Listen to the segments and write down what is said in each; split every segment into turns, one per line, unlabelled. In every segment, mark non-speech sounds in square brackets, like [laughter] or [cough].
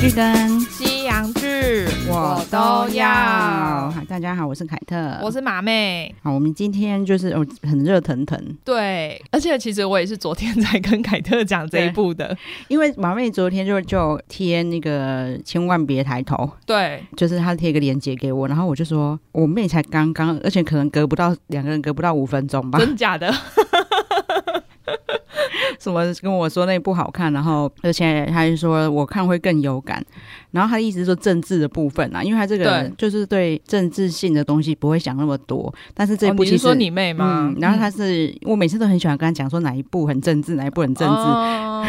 剧跟
西洋剧我
都
都
要。
要。
好，大家好，我是凯特，
我是马妹，
好，我们今天就是哦，很热腾腾，
对，而且其实我也是昨天才跟凯特讲这一部的，
因为马妹昨天就就贴那个千万别抬头，
对
就是她贴一个链接给我，然后我就说我妹才刚刚，而且可能隔不到两个人隔不到五分钟吧，
真假 [laughs] 的，哦
什么跟我说那部好看，然后而且他就说我看会更有感，然后他一直说政治的部分啊，因为他这个人
对
就是对政治性的东西不会想那么多，但是这一
哦
部
你
其
是
实、
说你妹吗？
嗯，然后他是、我每次都很喜欢跟他讲说哪一部很政治，哪一部很政治，
[laughs] 哦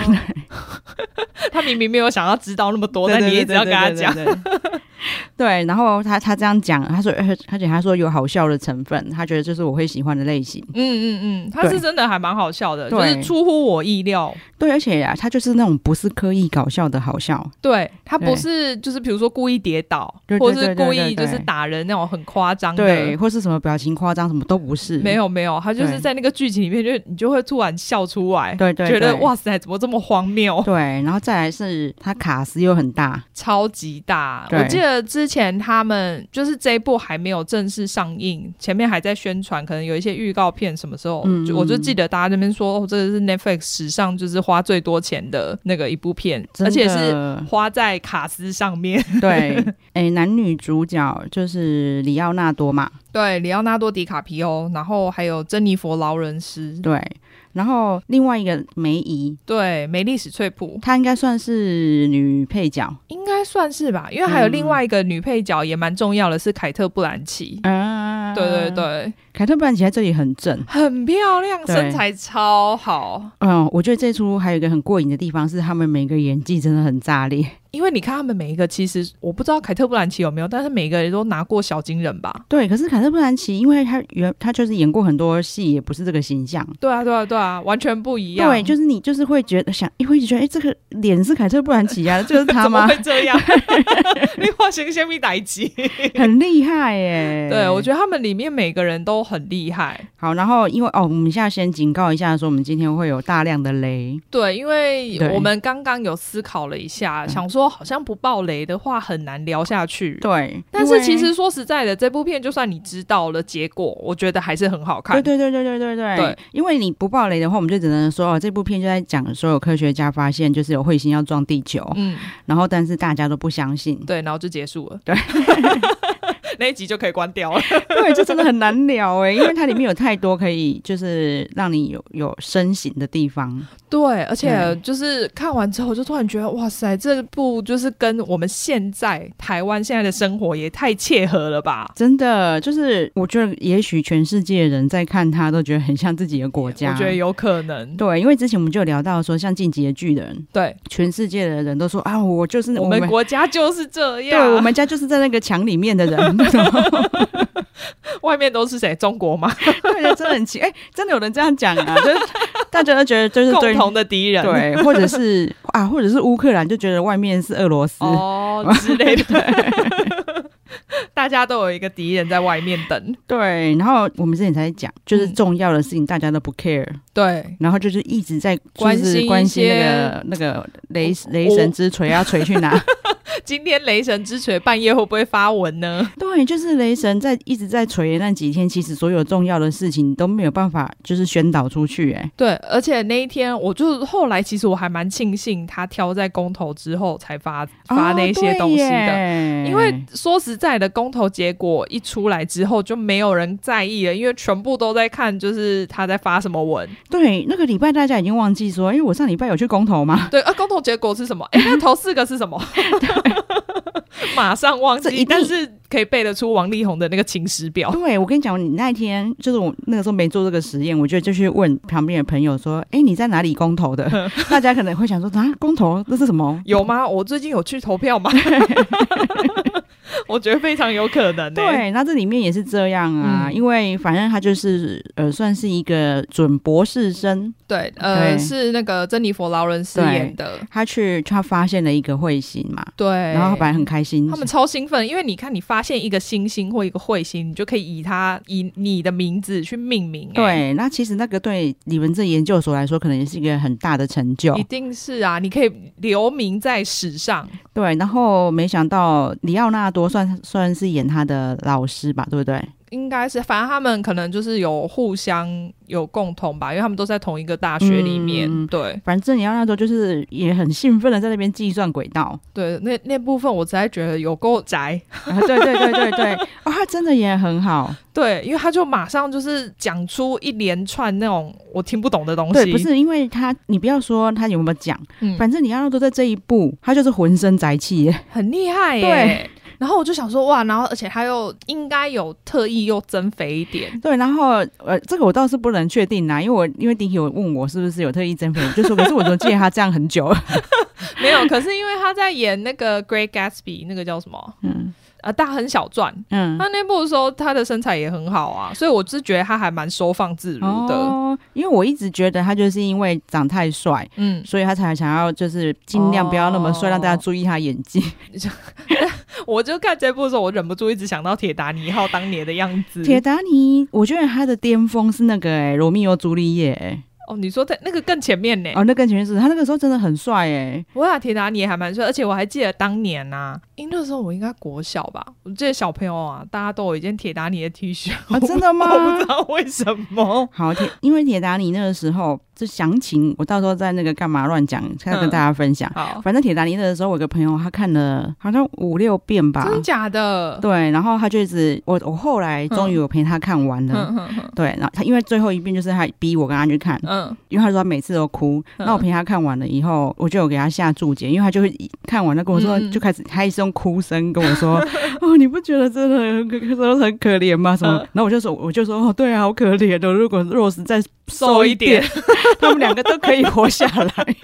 他明明没有想要知道那么多，但你一直要跟他讲，
对。对对对对对 [laughs] 对，然后他他这样讲，他说，而且而且他说有好笑的成分，他觉得这是我会喜欢的类型。
嗯嗯嗯，他是
对
真的还蛮好笑的，就
对
是出乎我意料，
对，而且啊，他就是那种不是刻意搞笑的好笑。
对他
对
不是就是比如说故意跌倒，
对对
或者是
对对
故
对
意
对
就是打人那种很夸张的，
对，或是什么表情夸张，什么都不是，
没有没有，他就
对
是在那个剧情里面就，你就会突然笑出来，
对对
觉得
对
哇塞，怎么这么荒谬，
对，然后再来是它卡斯又很大，
超级大。
对
我记得之前他们就是这一部还没有正式上映，前面还在宣传，可能有一些预告片，什么时候，
嗯
就我就记得大家那边说，哦，这个是 Netflix 史上就是花最多钱的那个一部片，而且是
是
花在卡斯上面。 [laughs]
对，哎，男女主角就是里奥纳多嘛，
对，里奥纳多·迪卡皮欧，然后还有珍妮佛·劳伦斯，
对，然后另外一个梅姨，
对，梅丽史翠普，
她应该算是女配角，
应该算是吧，因为还有
嗯
另外一个女配角也蛮重要的，是凯特·布兰奇。
嗯、
对对，对，
凯特·布兰奇在这里很正，
很漂亮，
对
身材超好。
嗯，我觉得这出还有一个很过瘾的地方是他们每个演技真的很炸裂，
因为你看他们每一个，其实我不知道凯特·布兰奇有没有，但是每一个人都拿过小金人吧？
对，可是凯特·布兰奇因为她原她就是演过很多戏，也不是这个形象。
对啊，对啊，对啊，完全不一样。
对，就是你，就是会觉得想，会觉得，哎、这个脸是凯特·布兰奇
[laughs]
啊，这个是她
怎
吗
么？会
[laughs]
这样？你化形先被打击。
很厉害耶、
对，我觉得他们里面每个人都很厉害。
好。然后因为哦，我们现在先警告一下，说我们今天会有大量的雷，
对，因为
对嗯
我们刚刚有思考了一下，想说好像不爆雷的话很难聊下去。
对。
但
因
是
为
其实说实在的，这部片就算你知道了结果，我觉得还是很好看。
对对对对对对
对
因为你不爆雷的话，我们就只能说哦，这部片就在讲所有科学家发现就是有彗星要撞地球，
嗯，，
然后但是大家都不相信
对，然后就结束了。
对，
[laughs] 那一集就可以关掉了。
对，这真的很难聊哎，因为它里面有太多可以就是让你有有深省的地方，
[laughs] 对，而且
对
就是看完之后，就突然觉得哇塞，这部就是跟我们现在台湾现在的生活也太切合了吧。
真的就是我觉得也许全世界人在看它都觉得很像自己的国
我
家，
觉得有可能，
对，因为之前我们就有聊到说，像《进击的巨人》，
对
全世界的人都说啊，我就是
我
们
们国家啊就是这样。
对我们家就是在那个墙里面的
[laughs]
人，
外面都是谁？中国吗？
对，真的很奇， [laughs] 哎、真的有人这样讲啊， [laughs] 就是大家都觉得就是
共
嗯对
同的敌人。
对，或者是 [laughs] 啊，或者是乌克兰就觉得外面是俄罗斯，
哦之类
[laughs]
的，大家都有一个敌人在外面等。
对，然后我们之前才讲，就是
嗯
重要的事情大家都不 care，、
对，
然后就是一直在
关
就是
心一
关心那个
些
那个雷雷神之锤要锤去哪，
今天雷神之锤半夜会不会发文呢？
[laughs] 对，就是雷神在一直在锤的那几天，其实所有重要的事情都没有办法就是宣导出去、哎，
对，而且那一天我就后来其实我还蛮庆幸他挑在公投之后才发
哦
发那些东西的。
的
因为说实在的，公投结果一出来之后就没有人在意了，因为全部都在看，就是他在发什么文。
对那个礼拜大家已经忘记说，因为哎我上礼拜有去公投嘛，
对啊，公投结果是什么？哎、那投四个是什 [laughs] 么？马上忘
这一定
记，但是可以背得出王力宏的那个情史表。
对我跟你讲，你那一天就是我那个时候没做这个实验，我就就去问旁边的朋友说，哎，你在哪里公投的？ [laughs] 大家可能
[laughs]
会想说啊，公投这是什么？
有吗？我最近有去投票吗？我觉得非常有可能、欸。
对，那这里面也是这样啊，
嗯
因为反正他就是呃，算是一个准博士生，
对，呃，
对
是那个珍妮佛·劳伦斯
对
演的。
他去他发现了一个彗星嘛，
对，
然后他本来很开心，
他们超兴奋，因为你看，你发现一个星星或一个彗星，你就可以以它以你的名字去命名、欸。
对，那其实那个对你们这研究所来说，可能也是一个很大的成就
一。定是啊，你可以留名在史上。
对，然后没想到里奥纳多算算是演他的老师吧，对不对？
应该是，反正他们可能就是有互相有共同吧，因为他们都在同一个大学里面。
嗯
对
反正里奥纳多就是也很兴奋的在那边计算轨
[laughs]
道。
对，那那部分我实在觉得有够宅。
啊对对对对对，哦，他真的演得很好。
对，因为他就马上就是讲出一连串那种我听不懂的东西。
对，不，是因为他，你不要说他有没有讲，
嗯，
反正里奥纳多在这一步，他就是浑身宅气耶。
[laughs] 很厉害耶。
对
[laughs] 然后我就想说，哇，然后而且他又应该有特意又增肥一点，
对，然后呃，这个我倒是不能确定啊啦，因为我因为迪 i 有问我是不是有特意增肥，我就说可是我怎么记得他这样很久了。 [laughs]
没有。可是因为他在演那个《Great Gatsby》，那个叫什么？
嗯
呃，《大亨小传》。
嗯，
他那部的时候，他的身材也很好啊，所以我是觉得他还蛮收放自如的。
哦，因为我一直觉得他就是因为长太帅，
嗯，
所以他才想要就是尽量不要那么帅，
哦
让大家注意他演技。
我就看这部的时候，我忍不住一直想到铁达尼号当年的样子。
铁达尼，我觉得他的巅峰是那个哎、罗密欧朱丽叶、欸，
哦，你说在那个更前面呢？
哦，那更前面是他那个时候真的很帅哎、
我想啊铁达尼也还蛮帅，而且我还记得当年呐、因为那时候我应该国小吧，我记得小朋友啊，大家都有一件铁达尼的 T 恤，
啊，真的吗？
[laughs] 我不知道为什么。
好，铁因为铁达尼那个时候，这详情我到时候在那个干嘛乱讲，再跟大家分享。
嗯好，
反正铁达尼那个时候，我有个朋友他看了好像五六遍吧
真，的假的？
对，然后他就一直我我后来终于有陪他看完了，
嗯嗯嗯
对，然后他因为最后一遍就是他逼我跟他去看，
嗯，
因为他说他每次都哭。
嗯
那我陪他看完了以后，我就有给他下注解，因为他就会一看完了跟我说，
嗯嗯
就开始他一直用哭声跟我
[laughs]
说：“哦，你不觉得真的很可说很可怜吗？”什么？
嗯
然后我就说：“我就说哦，对啊，好可怜的。如果 Rose 再
瘦一
一
点，
他们两个都可以活下
[laughs]
来。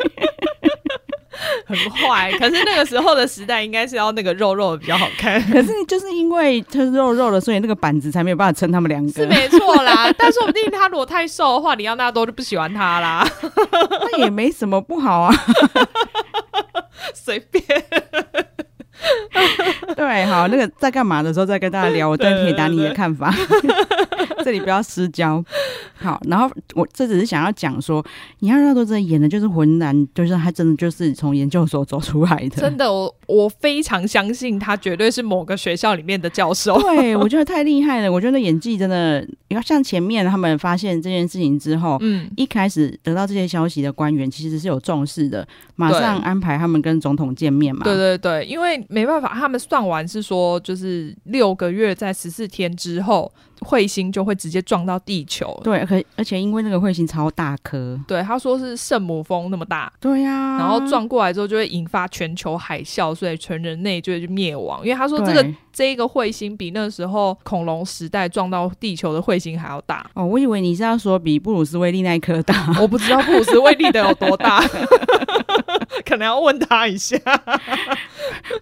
很 [laughs] 坏。可是那个时候的时代，应该是要那个肉肉的比较好看，
可是嗯就是因为他是肉肉的，所以那个板子才没有办法撑他们两
是
个。
没错 [laughs] 啦。但说不定他如果太瘦的话，里奥纳多就不喜欢他啦，
那也没什么不好啊。
[laughs] 随便。
[laughs] 对，好，那个在干嘛的时候再跟大家聊我对
对
铁达尼
对
的
对
看法， [laughs] 这里不要失焦。好，然后我这只是想要讲说，你看纳多真的演的就是浑然，就是他真的就是从研究所走出来的
真。的，我我非常相信他绝对是某个学校里面的教授。
对，我觉得太厉害了。我觉得演技真的，你看像前面他们发现这件事情之后，
嗯，
一开始得到这些消息的官员其实是有重视的，马上安排他们跟总统见面嘛。
对对对，因为没办法，他们算完是说，就是六个月在十四天之后，彗星就会直接撞到地球。
对，可而且因为那个彗星超大颗，
对，他说是圣母峰那么大，
对啊呀、
啊然后撞过来之后就会引发全球海啸，所以全人类就会灭亡。因为他说这个
对
这一个彗星比那时候恐龙时代撞到地球的彗星还要大。
哦，我以为你是要说比布鲁斯威利那一颗大， [laughs]
我不知道布鲁斯威利的有多大， [laughs] 可能要问他一下。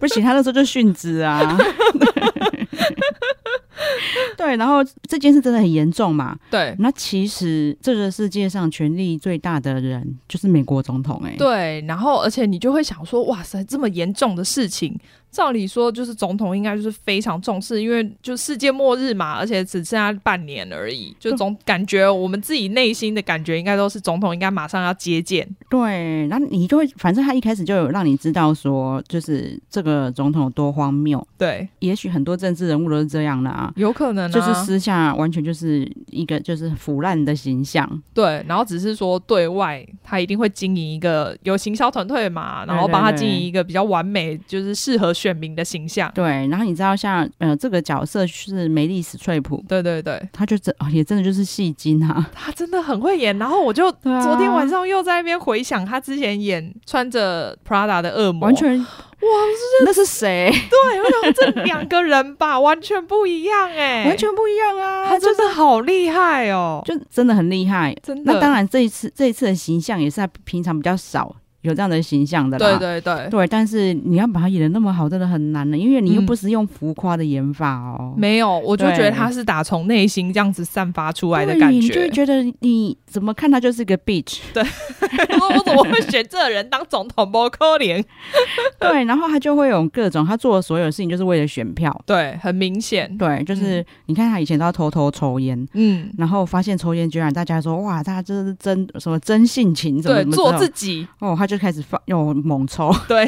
不行，他那时候就殉职啊。对，然后这件事真的很严重嘛。
对
那其实这个世界上权力最大的人就是美国总统、哎，
对，然后而且你就会想说，哇塞，这么严重的事情，照理说就是总统应该就是非常重视，因为就世界末日嘛，而且只剩下半年而已，就总感觉我们自己内心的感觉应该都是总统应该马上要接见。
对，然后你就会，反正他一开始就有让你知道说，就是这个总统有多荒谬。
对，
也许很多政治人物都是这样的啊，
有可能、啊、
就是私下完全就是一个就是腐烂的形象。
对，然后只是说对外他一定会经营一个有行销团队嘛，然后
对对
帮他
对
经营一个比较完美，就是适合选民的形象。
对，然后你知道像呃这个角色是梅丽史翠普，
对对对，
他就真、哦也真的就是戏精啊。
他真的很会演。然后我就
对啊
昨天晚上又在那边回想他之前演穿着 Prada 的恶魔，
完全
哇，
那是谁？
对，我想这两个人吧， [laughs] 完全不一样哎、
完全不一样啊！
他真的好厉害哦，
就真的很厉害。
真的。
那当然，这一次这一次的形象也是他平常比较少。有这样的形象的啦。
对对对，
对，但是你要把它演的那么好，真的很难的，因为你又
嗯
不是用浮夸的演法哦，
没有，我就觉
对
得他是打从内心这样子散发出来的
对
感
你就
觉
会。觉得你怎么看他就是个
[laughs]
bitch，
我 [laughs] 说我怎么会选这人当总统？不可怜，
对，然后他就会有各种他做的所有事情就是为了选票，
对，很明显，
对，就是、你看他以前都要偷偷抽烟。
嗯，
然后发现抽烟居然大家说哇，他这是真什么真性情什么
对，
什么
做
之后
自己，
哦，他就开始放又猛抽， [laughs]
对，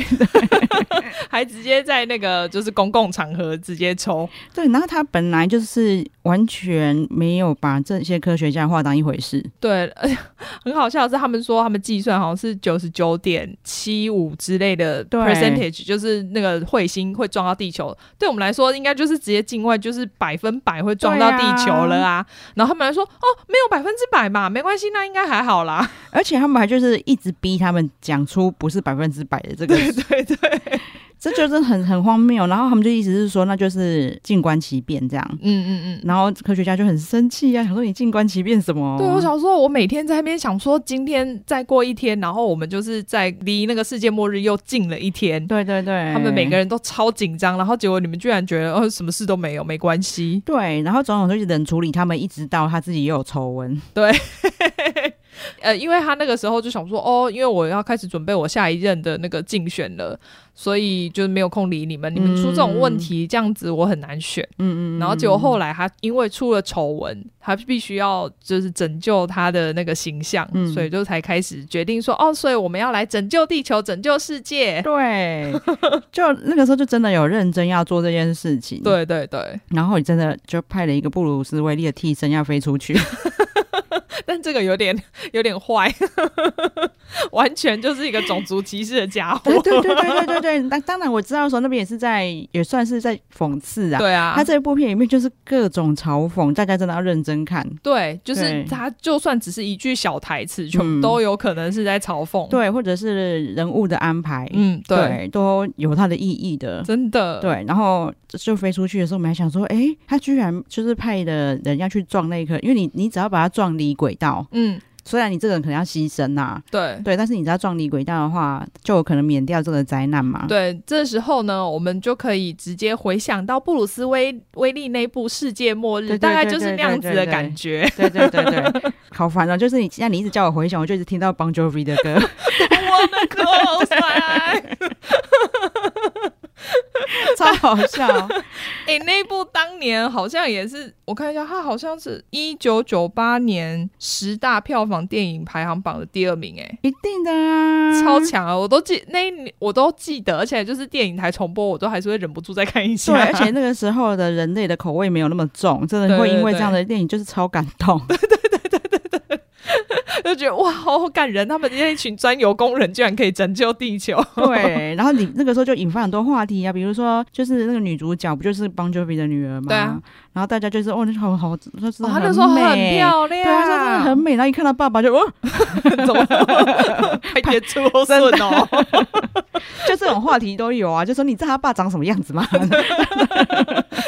[laughs] 还直接在那个就是公共场合直接抽，
对，然后他本来就是完全没有把这些科学家的话当一回事，
对， [laughs] 而且很好笑的是，他们说他们计算好像是九十九点七五之类的
对
percentage，就是那个彗星会撞到地球。对我们来说，应该就是直接境外就是百分百会撞到地球了啊。然后他们来说，哦，没有百分之百嘛，没关系，那应该还好啦。
而且他们还就是一直逼他们讲出不是百分之百的这个，
对对对，
[laughs] 这就是很很荒谬。然后他们就意思是说，那就是静观其变这样。
嗯嗯嗯。
然后科学家就很生气啊，想说你静观其变什么？
对，我想说，我每天在那边想说，今天再过一天，然后我们就是在离那个世界末日又近了一天。
对对对，
他们每个人都超紧张，然后结果你们居然觉得哦，什么事都没有，没关系。
对，然后总统就一直冷处理他们，一直到他自己也有丑闻。 [laughs]
[laughs] 呃，因为他那个时候就想说，哦，因为我要开始准备我下一任的那个竞选了，所以就没有空理你们。你们出这种问题，这样子我很难选。
嗯嗯，
然后结果后来他因为出了丑闻，他必须要就是拯救他的那个形象，
嗯
所以就才开始决定说，哦，所以我们要来拯救地球，拯救世
[laughs]
界。
对，就那个时候就真的有认真要做这件事情。，
对对对， [laughs]
然后你真的就派了一个布鲁斯威利的替身要飞出
[laughs]
去。
但这个有点有点坏， [laughs] 完全就是一个种族歧视的家伙。
[laughs] 对啊对对对对对对，那当然我知道说那边也是在也算是在讽刺啊。
对啊，
他这部片里面就是各种嘲讽，大家真的要认真看。
对，就
对
是他，就算只是一句小台词，全
嗯
部都有可能是在嘲讽。，
对，或者是人物的安排，
嗯，对，
对，都有它的意义的。
真的，
对，然后就飞出去的时候，我们还想说，诶，他居然就是派的人要去撞那一颗，因为你你只要把它撞离轨道，
嗯，
虽然你这个人可能要牺牲呐、
对，
对，但是你只要撞离轨道的话，就有可能免掉这个灾难嘛。
对。这时候呢，我们就可以直接回想到布鲁斯威威利那部《世界末日
对》，对
大概
对
就
对
是那
对
样
对
子的
对
感觉。
对对对对，好烦哦、就是你，那你一直叫我回想，我就一直听到 Bon Jovi 的歌。 [laughs]
我的口水，
超好笑。
哎，那部当年好像也是，我看一下，它好像是一九九八年十大票房电影排行榜的第二名，哎。
一定的啊，
超强啊！我都记那一年我都记得，而且就是电影台重播，我都还是会忍不住再看一下。
对，而且那个时候的人类的口味没有那么重，真的
对
会
对
因为
对
这样的电影就是超感动。
就觉得哇，好好感人！他们那一群钻油工人居然可以拯救地球。 [laughs]
对，然后你那个时候就引发很多话题啊，比如说就是那个女主角不就是 Bon Jovi 的女儿吗？
对啊。
然后大家就说哦，那好好，那真的
哇，他那时候很
美。
漂亮，
对啊，她真的很美。然后一看到爸爸就哦，
怎么快点出顺哦？
就这种话题都有啊，就说你知道他爸长什么样子
[laughs]
吗？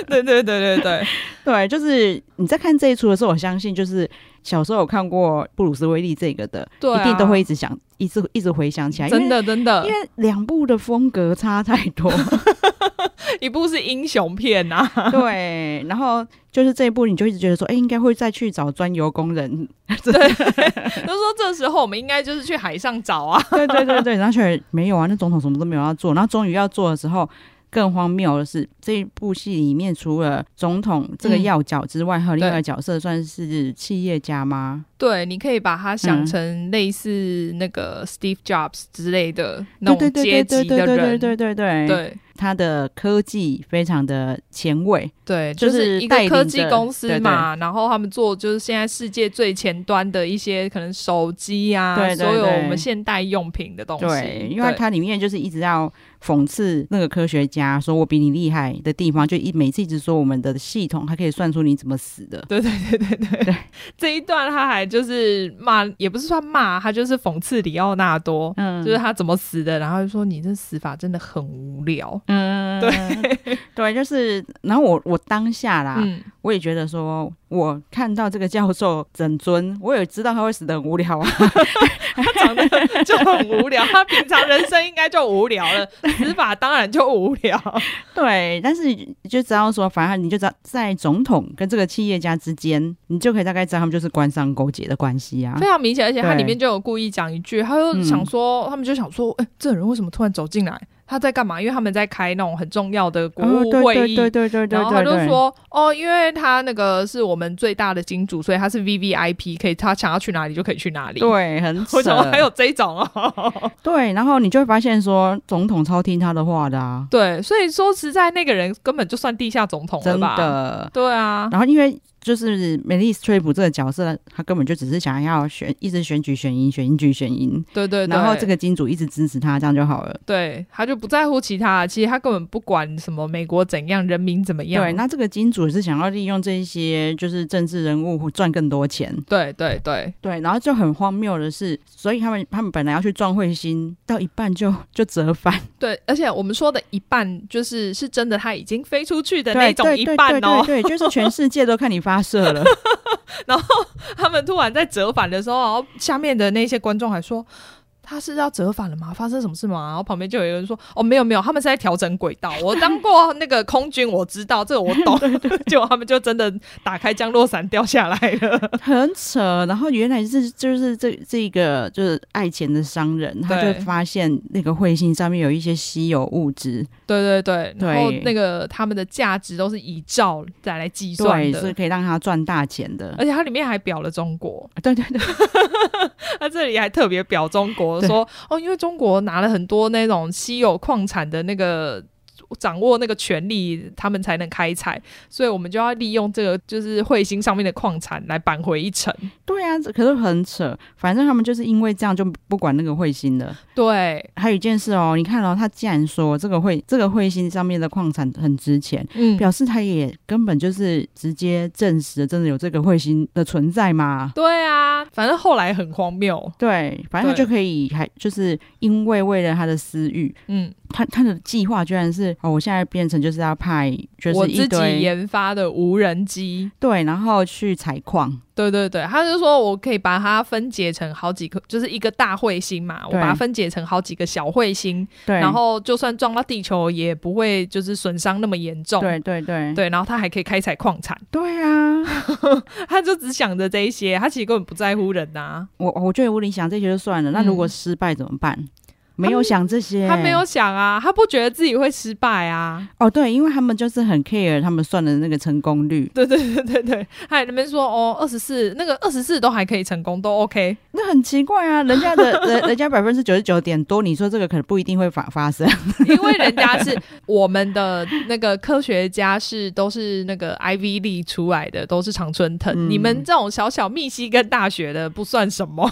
对对对对对，
对，就是你在看这一出的时候，我相信就是小时候有看过布鲁斯威利这个的，
对啊
一定都会一直想，一直一直回想起来，因为
真的真的
因，为两部的风格差太
[laughs]
多，
一部是英雄片呐、啊，
对。然后就是这一部，你就一直觉得说，哎、应该会再去找专油工人，
就说这时候我们应该就是去海上找啊。
[laughs] 对对对对。然后却没有啊，那总统什么都没有要做。然后终于要做的时候，更荒谬的是，这一部戏里面除了总统这个
嗯
要角之外，还有另
对
外一个角色算是企业家吗？
对，你可以把它想成类似那个 Steve Jobs 之类的那种阶级
对
的
对对
人，
对对对，
对
他的科技非常的前卫，
对，
就
就是是一
带
个科
领
技
着
公司嘛，然后他们做就是现在世界最前端的一些可能手机啊，
对对
所有
对哦
我们现代用品的东西。
对，因为
对
它里面就是一直要讽刺那个科学家说我比你厉害的地方，就一每次一直说我们的系统还可以算出你怎么死的。
对对对对对，这一段他还就是骂，也不是算骂，他就是讽刺里奥纳多，
嗯
就是他怎么死的，然后就说你这死法真的很无聊。
嗯，对 [laughs] 对，就是，然后我我当下啦，
嗯，
我也觉得说，我看到这个教授整尊，我也知道他会死的很无聊啊。 [laughs]
他长得 [laughs] 就很无聊，他平常人生应该就无聊了，死法当然就无聊。
对，但是你就知道说，反正你就知道在总统跟这个企业家之间，你就可以大概知道他们就是官商勾结的关系啊嗯
非。常明显，而且他
对
里面就有故意讲一句，他就想说，他们就想说，哎、这人为什么突然走进来？他在干嘛？因为他们在开那种很重要的国
哦
务
对
会
对
议。
对对对对
然后他
对
就
对，
说：“哦，因为他那个是我们最大的金主，所以他是 V V I P，可以他想要去哪里就可以去哪里。”，
对，很
为什么
扯。
还有这种哦？
对，然后你就会发现说，总统超听他的话的啊，
[laughs] 对，所以说实在那个人根本就算地下总统了
真
吧？，
的。
对啊，
然后因为就是美丽 s t r i p 这个角色，他根本就只是想要选，一直选举选赢，选举选赢，
对对对。
然后这个金主一直支持他，这样就好了。
对他就不在乎其他，其实他根本不管什么美国怎样，人民怎么样。
对，那这个金主是想要利用这一些就是政治人物赚更多钱，
对对对
对，然后就很荒谬的是，所以他们他们本来要去撞彗星，到一半就就折返，
对，而且我们说的一半就是是真的，他已经飞出去的那
对
种
对
一
对
半
对
哦。 [laughs]
对对，就是全世界都看你发射了，
他们突然在折返的时候，然后下面的那些观众还说。他是要折返了吗？发生什么事吗？然后旁边就有一个人说：“哦，没有没有，他们是在调整轨道。我当过那个空军，我知道这个我懂。结果他 [laughs] 们就真的打开降落伞掉下来了。 [laughs]
很扯。然后原来是就是这这个就是爱钱的商人，他
对
就发现那个彗星上面有一些稀有物质，
对对对，然后
对
那个他们的价值都是以兆再来计算
对，是
的，呃
可以让他赚大钱的。
而且它里面还表了中国。
[laughs] 对对对，
他这里还特别表中
[laughs]
国
对
说哦，因为中国拿了很多那种稀有矿产的那个。掌握那个权利，他们才能开采，所以我们就要利用这个就是彗星上面的矿产来扳回一城。
对啊，这可是很扯。反正他们就是因为这样就不管那个彗星了。
对，
还有一件事哦，你看哦，他既然说这个彗这个彗星上面的矿产很值钱，
嗯，
表示他也根本就是直接证实了真的有这个彗星的存在嘛？
对啊，反正后来很荒谬。
对，反正他
对
就可以还就是因为为了他的私欲，
嗯，
他他的计划居然是哦，我现在变成就是要派就
我
是一
自己
堆
研发的无人机，
对，然后去采矿，
对对对，他就说我可以把它分解成好几颗，就是一个大彗星嘛，我
对
把它分解成好几个小彗星，
对，
然后就算撞到地球也不会就是损伤那么严重。
对对对
对，然后他还可以开采矿产， [laughs]
对啊，
他就只想着这一些，他其实根本不在乎人啊呐、
我我觉得无理想这些就算了，那如果
嗯
失败怎么办？没有想这些，
他没有想啊，他不觉得自己会失败啊。 [laughs]
哦，对，因为他们就是很 care 他们算的那个成功率，
对对对对对，他还在那边说哦，二十四那个二十四都还可以成功，都 OK。 [laughs]
那很奇怪啊，人家的人人家百分之九十九点多，你说这个可能不一定会发发生，
因为人家是我们的那个科学家是都是那个 IV 力出来的，都是常春藤。
嗯
你们这种小小密西根大学的不算什么。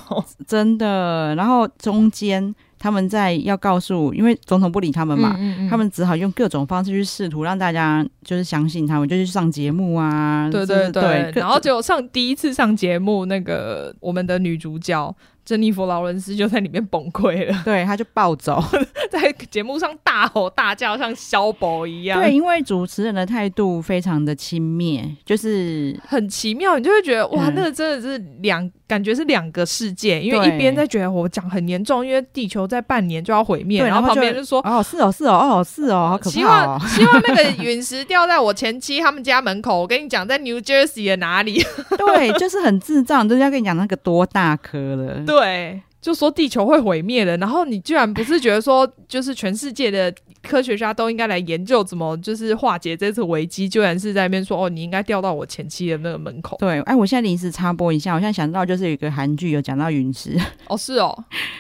真的。然后中间他们在要告诉，因为总统不理他们嘛。
嗯 [laughs] 嗯
他们只好用各种方式去试图让大家就是相信他们，就去上节目啊，
对
就是
对对，
各
然后结果上第一次上节目，那个我们的女主角珍妮弗·劳伦斯就在里面崩溃了， [laughs]
对他就暴 [laughs] 走，
在节目上大吼大叫，像肖博一样。
对，因为主持人的态度非常的轻蔑，就是
很奇妙，你就会觉得哇，
嗯
那个真的是两，感觉是两个世界，因为
对
一边在觉得我讲很严重，因为地球在半年就要毁灭，
对
然后
然后
旁
就
边就说。
哦是哦是哦哦是哦，好可
希
怕 [laughs]
望 [laughs]
哦，
希望那个陨石掉在我前妻他们家门口。我跟你讲，在 New Jersey 的哪里？
对，就是很智障，就是要跟你讲那个多大颗
嗯
了，
对，就说地球会毁灭了。然后你居然不是觉得说，就是全世界的科学家都应该来研究怎么就是化解这次危机，居然是在那边说哦，你应该掉到我前妻的那个门
[laughs]
口。
对，哎，我现在临时插播一下，我现在想到就是有一个韩剧有讲到陨石， [laughs]
哦，是哦，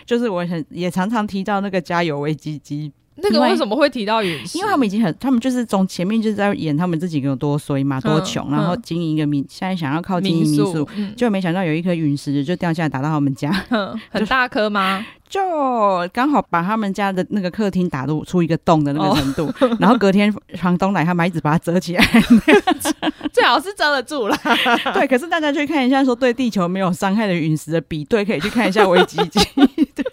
就是我很也常常提到那个《家有危机机》，
那个
因为
为什么会提到陨石？
因为他们已经很，他们就是从前面就是在演他们自己有多衰嘛，多穷，
嗯
然后经营一个民，现在想要靠经营
民
民
宿
宿，，
[laughs] 嗯
就没想到有一颗陨石就掉下来打到他们家，
哼很大颗吗？
就刚好把他们家的那个客厅打入出一个洞的那
哦
个程度，然后隔天房东来，他们还一直把它遮起来。 [laughs]
最好是遮得住啦。
对，可是大家去看一下说对地球没有伤害的陨石的比对，可以去看一下维基 [laughs] 记。对，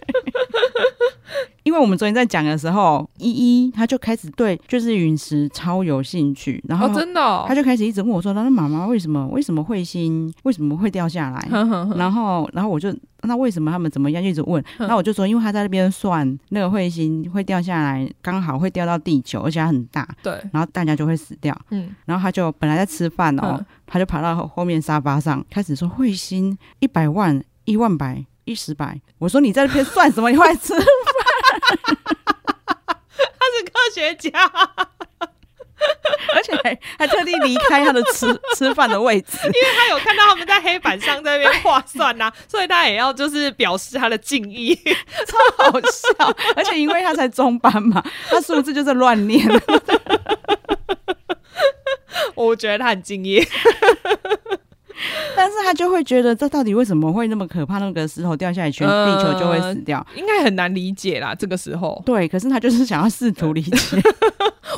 因为我们昨天在讲的时候，依依他就开始对就是陨石超有兴趣，然后
[laughs] 哦，真的哦
他，就开始一直问我说：“那妈妈为什么为什么彗星为什么会掉下来？”
[laughs] 哼哼哼
然后，然后我就那为什么他们怎么样就一直问？
嗯
那我就说，因为他在那边算那个彗星会掉下来，刚好会掉到地球，而且它很大，
对，
然后大家就会死掉。
嗯，
然后他就本来在吃饭哦，
嗯
他就爬到后后面沙发上，开始说彗星一百万、一万百、一十百。我说你在那边算什么？你快吃！
[laughs] 他嗯是 [laughs] 科学家，
而且还还特地离开他的吃 [laughs] 吃饭的位置。
他有看到他们在黑板上在那边画算呐、啊所以他也要就是表示他的敬意。
好笑， [laughs] 而且因为他才中班嘛，他数字就是乱
[laughs]
念。
[laughs] 我觉得他很敬业，
但是他就会觉得这到底为什么会那么可怕？那个石头掉下来，全
呃
地球就会死掉。
应该很难理解啦。这个时候
对，可是他就是想要试图理
[laughs]
解。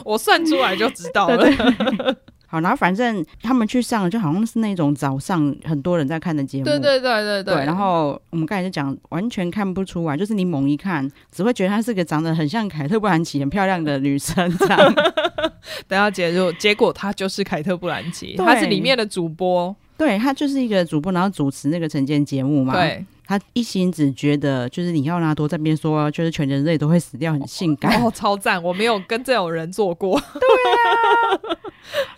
我算出来就知道了。
对对。好，然后反正他们去上，就好像是那种早上很多人在看的节目。
[laughs] 对
[laughs]
对对对
对然后我们刚才就讲，完全看不出来，就是你猛一看，只会觉得她是个长得很像凯特·布兰奇、很漂亮的女生这
[laughs]
样。
等下结果结果他就是凯特·布兰奇，
对
他是里面的主播。
对，她就是一个主播，然后主持那个晨间节目嘛。。
对，
他一心只觉得就是里奥纳多在那边说，就是全人类都会死掉，很性感。
哦，超赞！我没有跟这种人做过。
[laughs]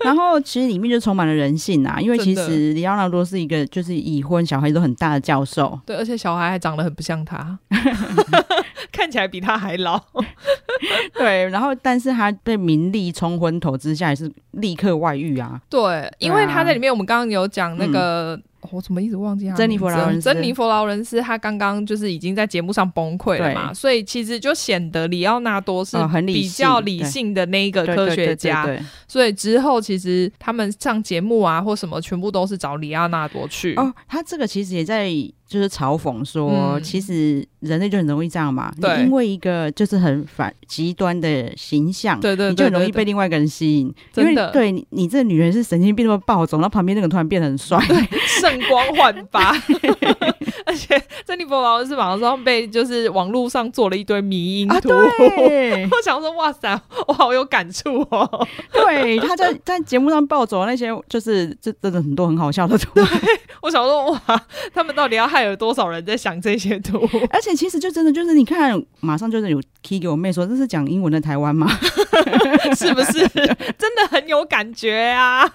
然后其实里面就充满了人性啊，因为其
真
实里奥纳多是一个就是已婚小孩都很大的教授，
[laughs] [laughs] 对，而且小孩还长得很不像他， [laughs] 看起来比他还老。
对。然后但是他被名利冲昏头之下，也是立刻外遇啊。
[laughs] 对，因为他在里面，我们刚刚有讲那个。嗯哦我怎么一直忘记他的
珍妮佛
名字啊
劳伦斯
啊珍妮佛劳伦斯，她刚刚就是已经在节目上崩溃了嘛，
对
所以其实就显得里奥纳多是
哦很理
比较
性
理
对
性的那一个
对
科学家，
对对对
所以之后其实他们上节目啊或什么，全部都是找里奥纳多去。
对哦，他这个其实也在就是嘲讽说，
嗯
其实人类就很容易这样嘛，你
对
因为一个就是很反极端的形象，
对对对
你就很容易
对对
被另外一个人吸引，
真
因
的
为对你，你这女人是神经病那么暴走，然后旁边那个人突然变得很帅，
圣光焕
[laughs]
发， [laughs] 而且珍妮佛劳伦斯马上被就是网络上做了一堆迷因
啊，
图。
对
[laughs] 我想说，哇塞，我好有感触哦！ [laughs]
对，他在在节目上暴走那些，就是这真的很多很好笑的图，
我想说，哇，他们到底要害了多少人在想这些
[laughs]
图？
而且其实就真的就是你看，马上就是有 key 给我妹说这是讲英文的台湾嘛，
是不是真的很有感觉啊？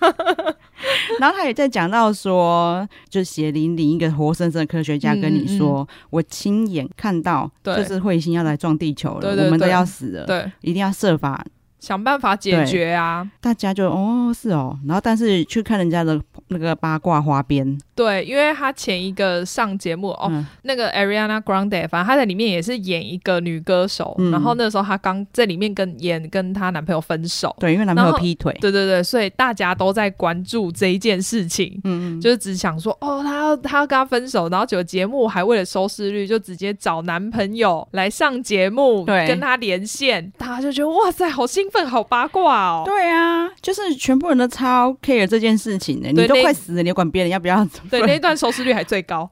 然后他也在讲到说，就血淋淋一个活生生的科学家跟你说，我亲眼看到
嗯对
就是彗星要来撞地球了，
对对
我们都
对
要死了，
对，
一定要设法
[laughs] 想办法解决啊！
大家就哦是哦，然后但是去看人家的那个八卦花边
对，因为他前一个上节目哦，
嗯
那个 Ariana Grande，反正她在里面也是演一个女歌手，
嗯
然后那时候她刚在里面跟演跟她男朋友分手，
对，因为男朋
然
友
后
劈腿，
对对对，所以大家都在关注这一件事情，
嗯，
就是只想说哦，她要她要跟他分手，然后结果节目还为了收视率，就直接找男朋友来上节目，
对
跟她连线，大家就觉得哇塞，好兴奋，好八卦哦。
对啊，就是全部人都超 care 这件事情的、
对
你都
那
快死了，你管别人要不
[laughs]
要？
对，那一段收视率还最高，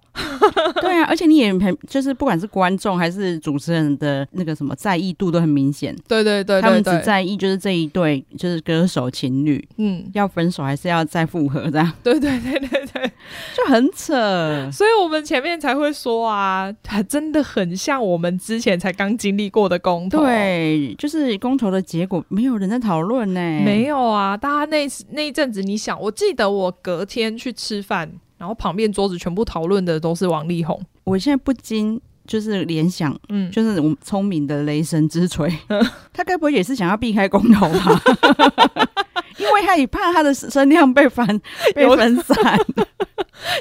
对啊，而且你也很就是不管是观众还是主持人的那个什么在意度都很明显，
对对对
他
对
们只
对，
在意就是这一对就是歌手情侣
嗯，
要分手还是要再复合这样， [laughs]
对对对对对，
就很
[laughs]
扯。
所以我们前面才会说啊，它真的很像我们之前才刚经历过的公投，
对，就是公投的结果，没有人在讨论呢。
没有啊，大家那时那一阵子，你想，我记得我隔天去吃饭，然后旁边桌子全部讨论的都是王力宏，
我现在不禁就是联想，
嗯，
就是我们聪明的雷神之锤， [laughs] 他该不会也是想要避开公投吧？ [laughs]
[laughs]
因为他也怕他的声量被翻被分散，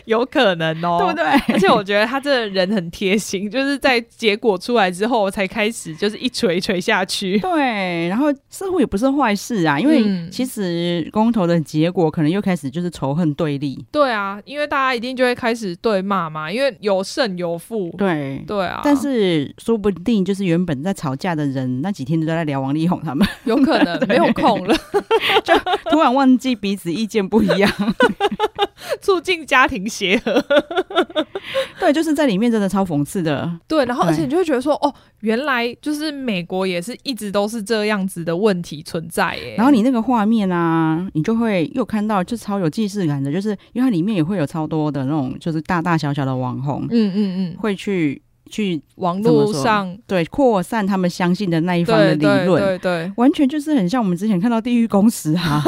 有可能 [laughs] 哦，
对
[laughs]
不对？
而且我觉得他这个人很贴心，就是在结果出来之后才开始，就是一锤锤下去。
对，然后似乎也不是坏事啊，因为
嗯
其实公投的结果可能又开始就是仇恨对立，
[laughs] 对啊，因为大家一定就会开始对骂嘛，因为有胜有负。
对。
对啊，
但是说不定就是原本在吵架的人，那几天都在聊王力宏他 [laughs] 们，
有可 [laughs] 能没有空了，
突然忘记彼此意见不一样。
促进家庭协和。
[laughs] 对，就是在里面真的超讽刺的。
对，然后
对
而且你就会觉得说，哦，原来就是美国也是一直都是这样子的问题存在耶。
然后你那个画面啊，你就会又看到就超有既视感的，就是因为它里面也会有超多的那种就是大大小小的网红
嗯嗯嗯，
会去去
网
怎么
络
说
上
对扩散他们相信的那一方的
对
理
对
论。
对对
完全就是很像我们之前看到《地狱公使》 [laughs] 啊，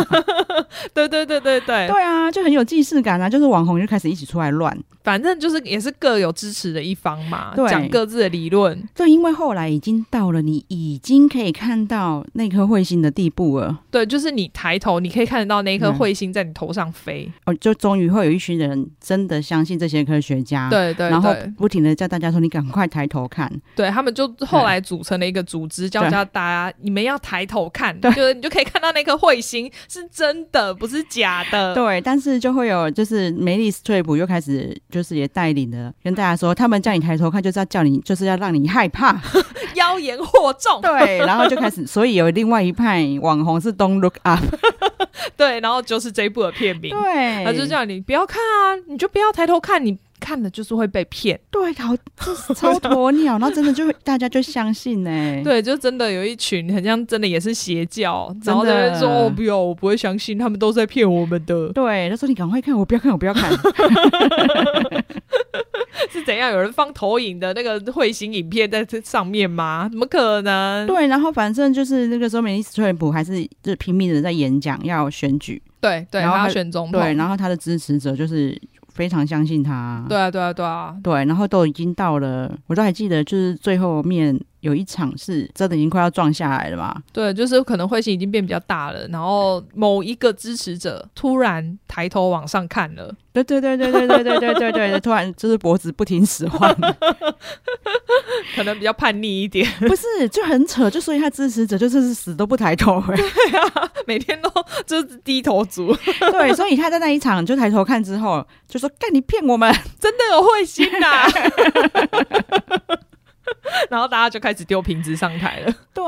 对对对对对，
对啊，就很有既视感啊，就是网红就开始一起出来乱。
反正就是也是各有支持的一方嘛
对，
讲各自的理论。
就因为后来已经到了你已经可以看到那颗彗星的地步了，
对，就是你抬头，你可以看得到那一颗
嗯
彗星在你头上飞。
哦，就终于会有一群人真的相信这些科学家，，
对对
啊然后
对
不停的叫大家说你赶快抬头看，
对，他们就后来组成了一个组织，叫叫大家你们要抬头看，
对
就是你就可以看到那颗彗星是真的，不是假的。
对，但是就会有就是梅丽斯特普又开始就是也带领了跟大家说，他们叫你抬头看就是要叫你就是要让你害
[laughs]
怕，
妖言惑众，
对，然后就开始，所以有另外一派网红是 Don't Look Up，
对，然后就是这一部的片名，
对，
他就叫你不要看啊，你就不要抬头看，你看了就是会被骗。
对，好，这是超鸵鸟，然后真的就会大家就相信欸呢、，
[laughs] 对，就真的有一群很像真的也是邪教，然后
真
在
的
那边说哦不要，我不会相信，他们都在骗我们 [laughs] 的，
对，他说你赶快看，我不要看，我不要看。
是怎样？有人放投影的那个彗星影片在这上面吗？怎么可能？
对，然后反正就是那个时候，梅丽斯特普还是就是拼命的在演讲要选举，
对对，
然后
他
还
要选总统，
对，然后他的支持者就是非常相信他，
对啊对啊对啊，
对，然后都已经到了，我都还记得，就是最后面有一场是真的已经快要撞下来了嘛，
对，就是可能彗星已经变比较大了，然后某一个支持者突然抬头往上看了，
对对对对对对对对对对，突然就是脖子不听使
[laughs]
唤，
可能比较叛逆一点， [laughs]
不是就很扯，就所以他支持者就是死都不抬头、欸， [laughs]
每天都就是低头族，
对，所以他在那一场就抬头看之后，就说：“干，你骗我们
真的有彗星啊呐、 [laughs] 然后大家就开始丢瓶子上台了。！”
对，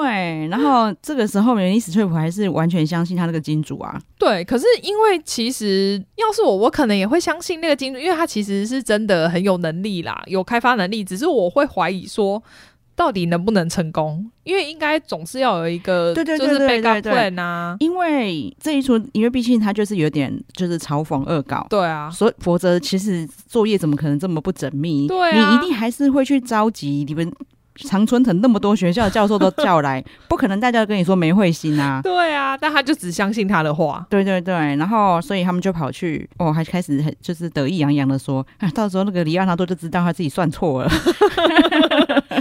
然后这个时候梅丽史翠普还是完全相信他那个金主啊，
对，可是因为其实要是我，我可能也会相信那个金主，因为他其实是真的很有能力啦，有开发能力，只是我会怀疑说。到底能不能成功？因为应该总是要有一个，
对对对
就是
对
backup
对对
plan 啊，
因为这一出，因为毕竟他就是有点就是嘲讽恶搞。
对啊，
所以否则，其实作业怎么可能这么不缜密？
对啊
你一定还是会去召集你们常春藤那么多学校的教授都叫来， [laughs] 不可能大家都跟你说没彗星啊。
对啊，但他就只相信他的话，
对对对，然后所以他们就跑去，哦，还开始很就是得意洋洋的说，啊，到时候那个里奥纳多就知道他自己算错了。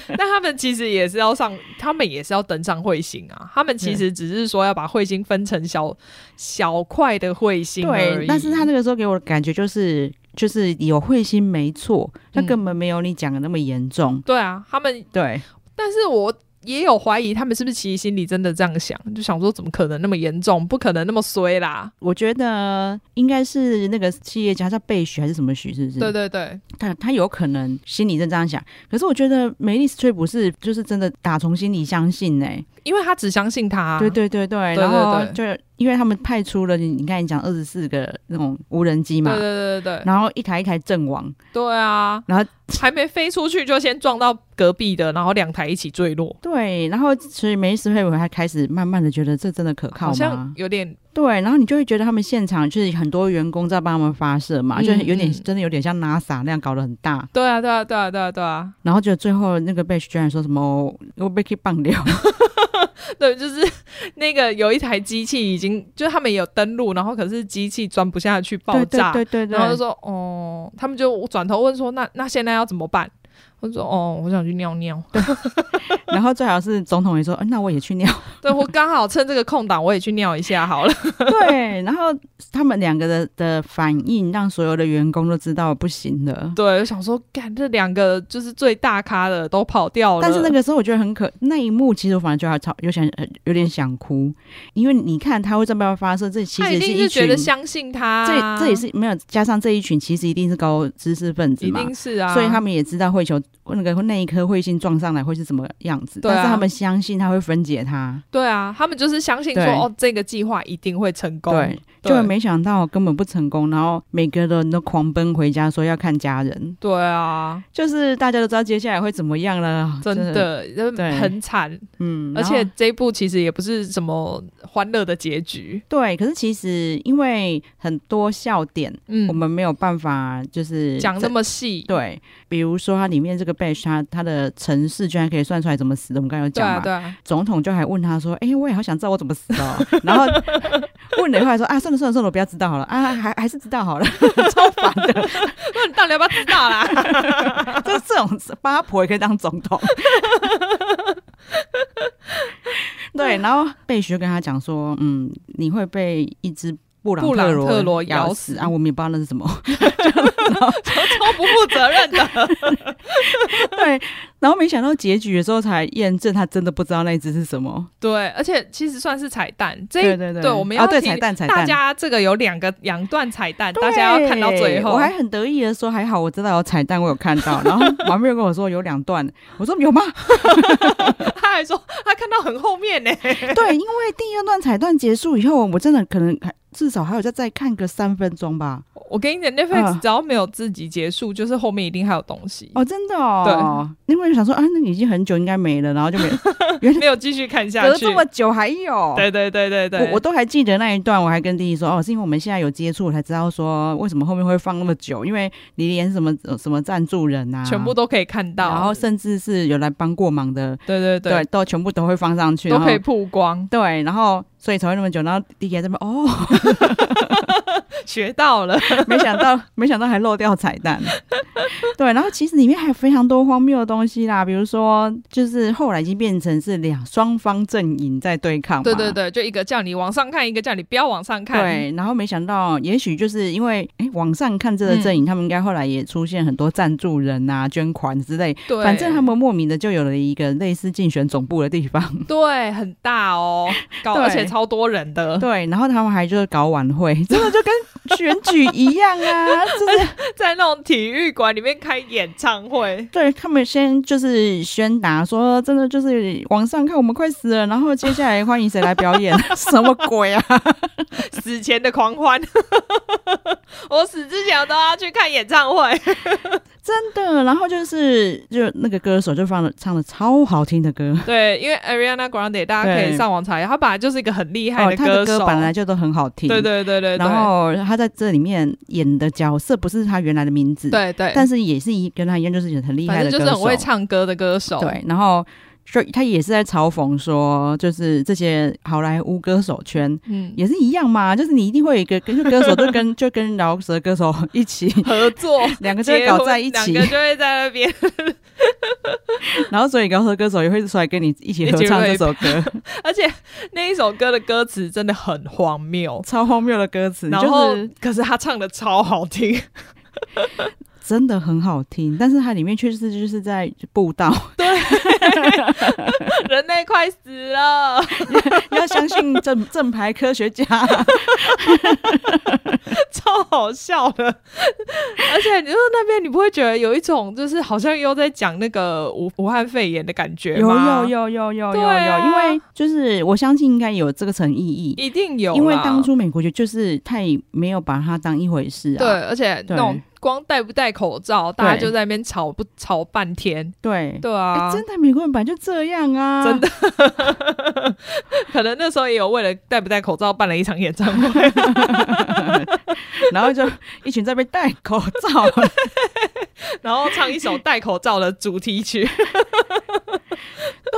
那他们其实也是要上，他们也是要登上彗星啊，他们其实只是说要把彗星分成小小块的彗星而
对
已，
但是他那个时候给我的感觉就是，就是有彗星没错，他
嗯
根本没有你讲的那么严重。
对啊，他们，
对，
但是我。也有怀疑，他们是不是其实心里真的这样想，就想说怎么可能那么严重，不可能那么衰啦。
我觉得应该是那个企业家叫贝许还是什么许，是不是？
对对对，
他他有可能心里正这样想，可是我觉得梅丽斯翠普是就是真的打从心里相信呢、
因为他只相信他。
对对对对，
啊对
然后
对
就因为他们派出了你你刚才讲二十四个那种无人机嘛
对，对对对对
然后一台一台阵亡，
对啊！
然后
还没飞出去就先撞到隔壁的，然后两台一起坠落，
对，然后所以梅斯佩文还开始慢慢的觉得这真的可靠
好像
吗？
有点
对，然后你就会觉得他们现场就是很多员工在帮他们发射嘛，
嗯
就有点
嗯
真的有点像 NASA 那样搞得很大，
对啊对啊对啊对啊对啊！
然后就最后那个贝许居然说什么我被 k 棒掉，
对，就是 [laughs] 那个有一台机器已经，就是他们有登录，然后可是机器装不 [laughs] 下去爆炸，
对对对对对，
然后就说哦，他们就转头问说，那那现在要怎么办？我说哦，我想去尿尿。
然后最好是总统也说，哎那我也去
[laughs]
尿。
对我刚好趁这个空档，我也去尿一下好了。 [laughs]
对，然后他们两个的的反应让所有的员工都知道不行了。
对，我想说，干这两个就是最大咖的都跑掉了。
但是那个时候我觉得很可，那一幕其实我反而觉得超有想呃有点想哭，因为你看他会这么发射，这其
他
实
一
也
定
一
觉
群，
得相信他啊，
这这也是没有加上这一群其实一定是高知识分子
一
嘛，
定是啊，
所以他们也知道会球那个那一颗彗星撞上来会是什么样子，
对啊
但是他们相信它会分解它，
对啊，他们就是相信说
对
哦，这个计划一定会成功。
对，
对
就没想到根本不成功，然后每个人都狂奔回家说要看家人，
对啊，
就是大家都知道接下来会怎么样了，
真
的，
的真的
对
很惨，
嗯，
而
然后
且这一部其实也不是什么欢乐的结局。
对，可是其实因为很多笑点。
嗯，
我们没有办法就是
讲那
这
么细，
对，比如说它里面这个 Bash，它它的城市居然可以算出来怎么死的，我们刚才有
对
讲嘛。
啊，对啊，
总统就还问他说：“哎、我也好想知道我怎么死哦。” [laughs] 然后问了以后还说：“啊，算了算了算了，我不要知道好了啊，还还是知道好了， [laughs] 超烦的。
那你到底要不要知道啦？ [laughs]
就是这种八婆也可以当总统。”对，然后贝学跟他讲说：“嗯，你会被一只。”布朗
布朗特罗咬
咬
死
啊！我们也不知道那是什么， [laughs]
超不负责任的。 [laughs]
对。然后没想到结局的时候才验证，他真的不知道那一只是什么。
对，而且其实算是彩蛋，这一
对对对，
对我们要
啊对
提
彩蛋彩蛋，
大家这个有两个两段彩蛋，
对
大家要看到最后
我。还很得意的说，还好我知道有哦彩蛋，我有看到。然后马妹又跟我说有两段， [laughs] 我说有
[laughs]
吗？
他还说他看到很后面呢， [laughs]
对，因为第二段彩蛋结束以后，我真的可能还至少还有再再看个三分钟吧。
我跟你讲，Netflix
嗯
只要没有自己结束，就是后面一定还有东西，
哦，真的哦，对，因为想说啊，那已经很久应该没了，然后就没
没有继续看 [laughs] 下
隔
去
这。么久还有。
对对对对对，
我我都还记得那一段，我还跟弟弟说，哦，是因为我们现在有接触，我才知道说为什么后面会放那么久，因为你连什么呃什么赞助人啊，
全部都可以看到，
然后甚至是有来帮过忙的，
对对
对，都全部都会放上去，
都
然后
可以曝光，
对，然后所以才会那么久，然后弟弟还在那边
[laughs]
哦，
学到了。
没想到没想到还漏掉彩
[laughs]
蛋，对，然后其实里面还有非常多荒谬的东西啦，比如说就是后来已经变成是两双方阵营在对抗嘛，
对对对，就一个叫你往上看，一个叫你不要往上看。
对，然后没想到，也许就是因为哎，往上看这个阵营，
嗯
他们应该后来也出现很多赞助人啊、捐款之类，
对，
反正他们莫名的就有了一个类似竞选总部的地方。
对很大哦，搞
对
而且超多
[laughs]
人的，
对，然后他们还就是搞晚 [laughs] 会，真的就跟选举一样啊， [laughs] 就是
在那种体育馆里面开演唱
[laughs]
会。
对他们先就是宣达说，真的就是往上看我们快死了，然后接下来欢迎谁来表演， [laughs] 什么鬼啊？
死前的狂欢， [laughs] 我死之前我都要去看演唱会。
[laughs] 真的，然后就是就那个歌手就放了唱的超好听的歌，
对，因为 Ariana Grande 大家可以
对
上网查一下，她本来就是一个很厉害
哦，他的
歌
歌
手，
本来就都很好听，
对对对对对，
然后他在这里面演的角色不是他原来的名字，，
对对，
但是也是一跟他一样，就是很厉害
反
的
正
歌
就
手，
是很会唱歌的歌手。
对，然后。就他也是在嘲讽说，就是这些好莱坞歌手圈
嗯，
也是一样嘛，就是你一定会有一个跟就歌手就
[laughs]
跟就跟饶舌歌手一起，
合作
两个就会
结
搞
婚
在一
两
起
个，就会在那边。
然后所以饶舌歌手也会出来跟你一起合唱这首歌，
而且那一首歌的歌词真的很荒谬，
超荒谬的歌词，
然
就
后、
是
可是他唱的超好听，
真的很好听，但是它里面确实就是在布道，
人类快死了， [laughs]
要相信正正牌科学家，
超好笑的。而且你说那边你不会觉得有一种就是好像又在讲那个武武汉肺炎的感觉
有
吗？
有
有，
有有有有
对
有，
啊
因为就是我相信应该有这个层意义，
一定有啦，
因为当初美国就就是太没有把它当一回事啊，
对，而且那
对
种光戴不戴口罩，大家
对
就在那边吵不吵半天。
对
对
哎
啊，
真的美国人本来就这样啊，
真的可能那时候也有为了戴不戴口罩办了一场演唱会，
[laughs]
[laughs]
然后就一群在被戴口罩，啊
[laughs] 然后唱一首戴口罩的主题曲。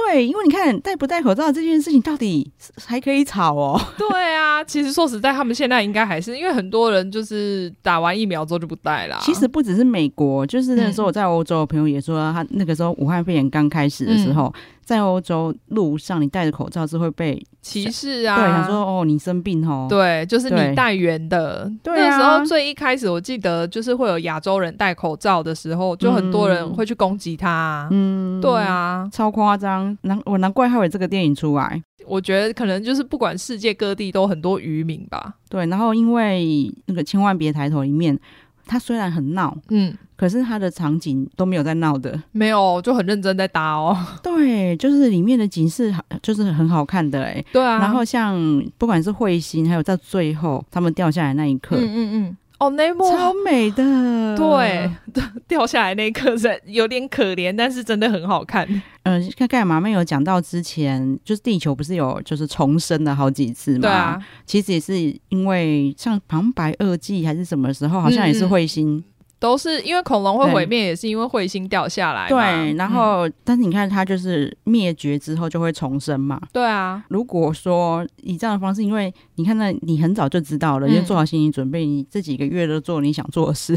对，因为你看戴不戴口罩这件事情到底是还可以吵哦。
[laughs] 对啊，其实说实在，他们现在应该还是因为很多人就是打完疫苗之后就不戴啦。
其实不只是美国，就是那
嗯
时候我在欧洲，朋友也说啊他那个时候武汉肺炎刚开始的时候，
嗯
在欧洲路上你戴着口罩是会被、
歧视啊，
对，想说哦你生病哦，
对，啊就是
对
你带圆的。
对
那时
啊
候最一开始，我记得就是会有亚洲人戴口罩的时候，就很多
嗯
人会去攻击他。嗯，对啊，
超夸张，难我难怪还有这个电影出来。
我觉得可能就是不管世界各地都很多渔民吧。
对，然后因为那个《千万别抬头》里面，他虽然很闹，
嗯，
可是他的场景都没有在闹的。
没有，就很认真在搭哦。 [laughs]
对，就是里面的景是就是很好看的哎、
对啊，
然后像不管是彗星，还有到最后他们掉下来那一刻，
嗯嗯嗯，哦，那一幕
超呃美的。
对， [laughs] 掉下来那一刻是有点可怜，但是真的很好看。
嗯、呃，看盖马妹有讲到之前，就是地球不是有就是重生了好几次嘛？
对啊，，
其实也是因为像旁白二季还是什么时候，好像也是
嗯嗯
彗星。
都是因为恐龙会
对
毁灭，也是因为彗星掉下来嘛。
对，然
嗯
后、但是你看，它就是灭绝之后就会重生嘛。
对啊，
如果说以这样的方式，因为你看那你很早就知道了，
嗯
你就做好心理准备，你这几个月都做你想做的事。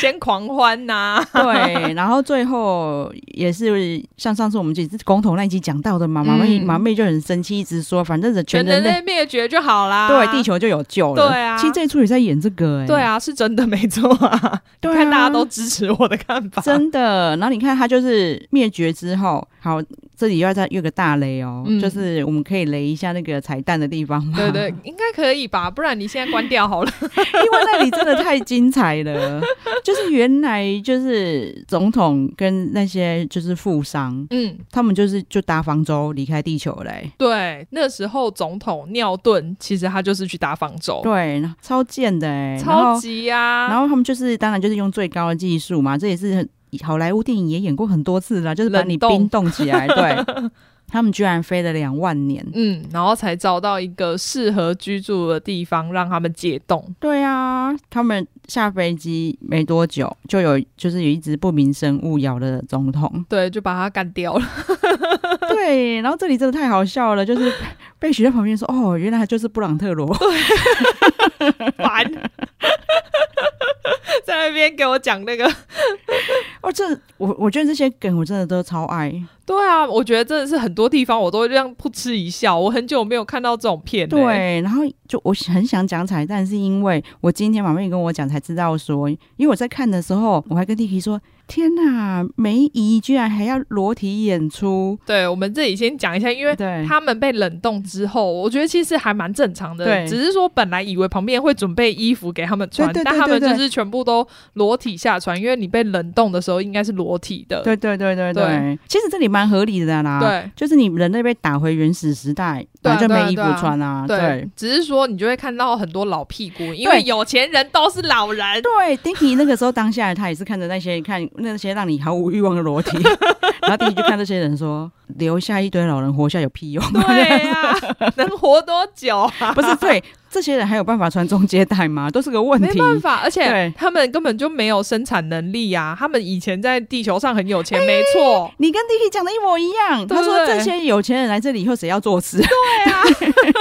先狂欢呐、
对，然后最后也是像上次我们几次公投那一集讲到的嘛，马妹
嗯
马妹就很生气，一直说反正全
全
人
人
类
类灭绝就好啦。
对地。球就有救了。
对啊
其实这一出也在演这个、欸，
对，啊，是真的没错啊！
[laughs] 对啊
看大家都支持我的看法，
真的。然后你看，他就是灭绝之后，好，这里又要再有个大雷哦，
嗯
就是我们可以雷一下那个彩蛋的地方嘛。
对对，应该可以吧？不然你现在关
[laughs]
掉好了。
因为那里真的太精彩了。 [laughs] 就是原来就是总统跟那些就是富商，
嗯，
他们就是就搭方舟离开地球欸嘞、
对，那时候总统尿遁，其实他就是去打方舟，
对，然后超贱的哎、欸，然
哦超
后。
级啊！
然后他们就是，当然就是用最高的技术嘛，这也是很好莱坞电影也演过很多次啦，就是把你
冷冻
冰冻起来。对， [laughs] 他们居然飞了两万年。
嗯，然后才找到一个适合居住的地方让他们解冻。。
对啊，他们下飞机没多久，就有就是有一只不明生物咬了总统
对，就把他干掉了。 [laughs]
对，然后这里真的太好笑了，就是 [laughs] 被许在旁边说：“哦，原来他就是布朗特
[laughs]
罗。
烦， [laughs] 在那边给我讲那个。”
哦，这我我觉得这些梗我真的都超爱。
对啊，我觉得真的是很多地方我都会这样噗嗤一笑。我很久没有看到这种片、欸了。
对，然后就我很想讲彩蛋，是因为我今天马妹跟我讲才知道说，因为我在看的时候，我还跟弟弟说：“天哪，梅姨居然还要裸体演出！”
对，我们这里先讲一下，因为
对，
他们被冷冻之后，我觉得其实还蛮正常的，
对
只是说本来以为旁边会准备衣服给他们穿，
对对对
但他们
对
就
对
是全部都裸体下船，因为你被冷冻的时候应该是裸体的。
对对对对
对啊
对，其实这里蛮合理的啦。。
对
就是你人类被打回原始时代，
对
本
啊
来就
对啊
没衣服
对啊
穿啊。对
只是说你就会看到很多老屁股，因为有钱人都是老人。
对，Dicky 那个时候当下他也是看着那些看那些让你毫无欲望的裸体，然后 Dicky 就看这些人说，留下一堆老人活下有屁用？
对啊呀、能活多久啊？
[laughs] 不是对，这些人还有办法传宗接代吗？都是个问
没
题。
办法，而且
对
他们根本就没有生产能力呀、他们以前在地球上很有钱，
哎
没错。
你跟 Dicky 讲的一模一样，
对
他说
对对
这些有钱人来这里以后谁要做事？ [laughs]
对啊， [laughs]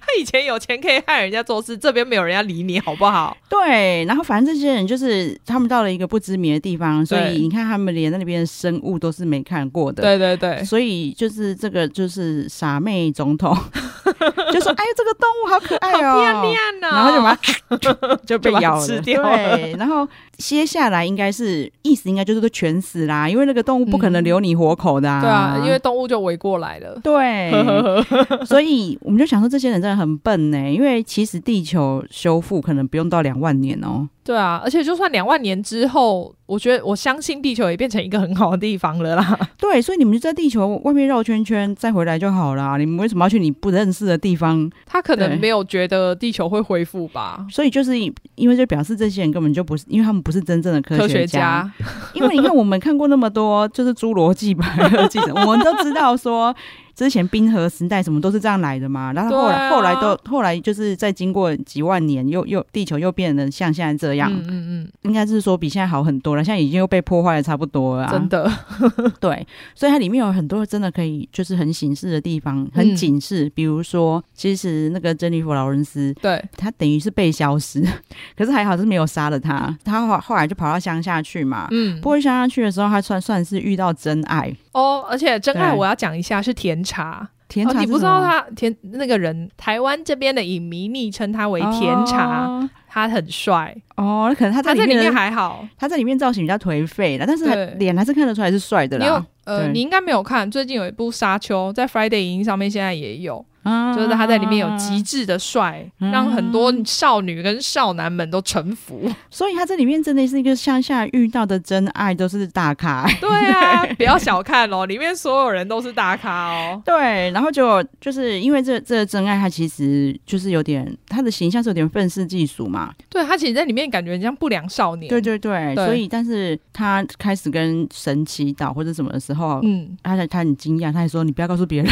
他以前有钱可以害人家做事，这边没有人家理你，好不好？
对，然后反正这些人就是他们到了一个不知名的地方，所
对
以你看他们连那边的生物都是没看过的。
对对对，
所以就是这个就是傻妹总统， [laughs] 就说：“哎，这个动物好可爱
好
哦，
漂亮哦！
然后就把它就被
就把它
咬了，
吃掉了
对，然后接下来应该是意思应该就是都全死啦，因为那个动物不可能留你活口的、啊
嗯对啊，因为动物就围过来了。
对，
[laughs]
所以我们就想说这些人真的很笨呢、因为其实地球修复可能不用到两万年哦、
对啊，而且就算两万年之后，我觉得我相信地球也变成一个很好的地方了啦。
[laughs] 对，所以你们就在地球外面绕圈圈再回来就好啦。你们为什么要去你不认识的地方？
他可能
对
没有觉得地球会恢复吧？
所以就是因为就表示这些人根本就不是，因为他们不是真正的科
科
学
学
家。
家，
因为你看，我们看过那么多，就是侏罗纪吧、侏罗纪，我们都知道说，之前冰河时代什么都是这样来的 [laughs] 嘛，然后后来、
对啊
后来都后来就是在经过几万年，又又地球又变得像现在这样，
嗯嗯
应该是说比现在好很多了，现在已经又被破坏的差不多了、
嗯，
啊，
真的，
对，所以它里面有很多真的可以就是很警示的地方，
嗯
很警示，比如说其实那个珍妮佛劳伦斯
对，
他等于是被消失， [laughs] 可是还好是没有杀了他。他后后来就跑到乡下去嘛。
嗯
不，过乡下去的时候，他算算是遇到真爱。
哦，而且真爱
对
我要讲一下是甜茶。
甜茶、
哦，你不知道他甜那个人，台湾这边的影迷昵称他为甜茶，
哦
他很帅，
哦，那可能他
他
在
在里
里
面
面，
还好。
他在里面造型比较颓废了，但是他
对
脸还是看得出来是帅的
你有
啦。
呃，
对
你应该没有看，最近有一部《沙丘》在 Friday 影音上面，现在也有，
啊
就是他在里面有极，致的帅，
嗯
让很多少女跟少男们都臣
[laughs]
服。
所以他这里面真的是一个乡下遇到的真爱，都是大
[laughs]
咖。
对啊，不要小看哦，里面所有人都是大咖
[laughs]
哦。
对，然后就就是因为这这个真爱，他其实就是有点他的形象是有点愤世嫉俗嘛，
对他其实在里面感觉很像不良少年。
对对对，
对
所以但是他开始跟神祈祷或者什么的时候，
嗯，
他他他很惊讶，他还说你不要告诉别人。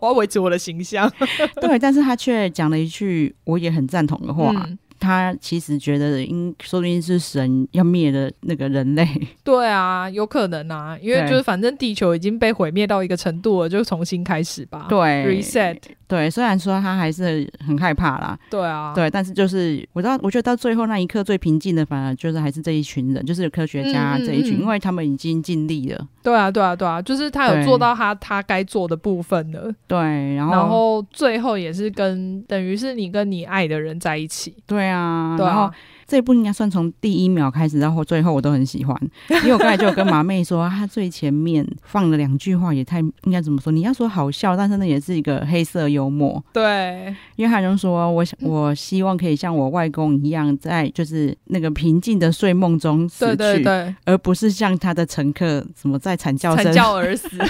我要维持我的形象。 [laughs]
对，但是他却讲了一句我也很赞同的话，
嗯，
他其实觉得应说不定是神要灭了那个人类。
[laughs] 对啊，有可能啊，因为
对
就是反正地球已经被毁灭到一个程度了，就重新开始吧。
对
，reset。
对，虽然说他还是很害怕啦，
对啊，
对，但是就是我到我觉得到最后那一刻最平静的，反而就是还是这一群人，就是科学家
嗯嗯
这一群，
嗯
因为他们已经尽力了。
对啊，对啊，对啊，就是他有
对
做到他他该做的部分了，
对，然后
然后最后也是跟等于是你跟你爱的人在一起。
对啊，
对
然后
啊，
这一部应该算从第一秒开始到后最后我都很
[laughs]
喜欢，因为我刚才就有跟马妹说，她最前面放了两句话也太应该怎么说？你要说好笑，但是那也是一个黑色幽默，
对，
因为她就说我想
嗯
我希望可以像我外公一样，在就是那个平静的睡梦中死
对
去，
对对，
而不是像他的乘客怎么在惨叫
惨
声。
叫
[laughs]
而死。
就是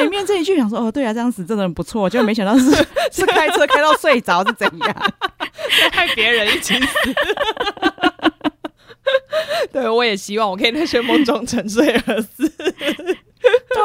前面这一句想说哦对啊，这样子真的很不错，结果没想到是 [laughs] 是开车开到睡着是怎样？
害别人一起死。 [laughs] 对，我也希望我可以在睡梦中沉睡而死。 [laughs]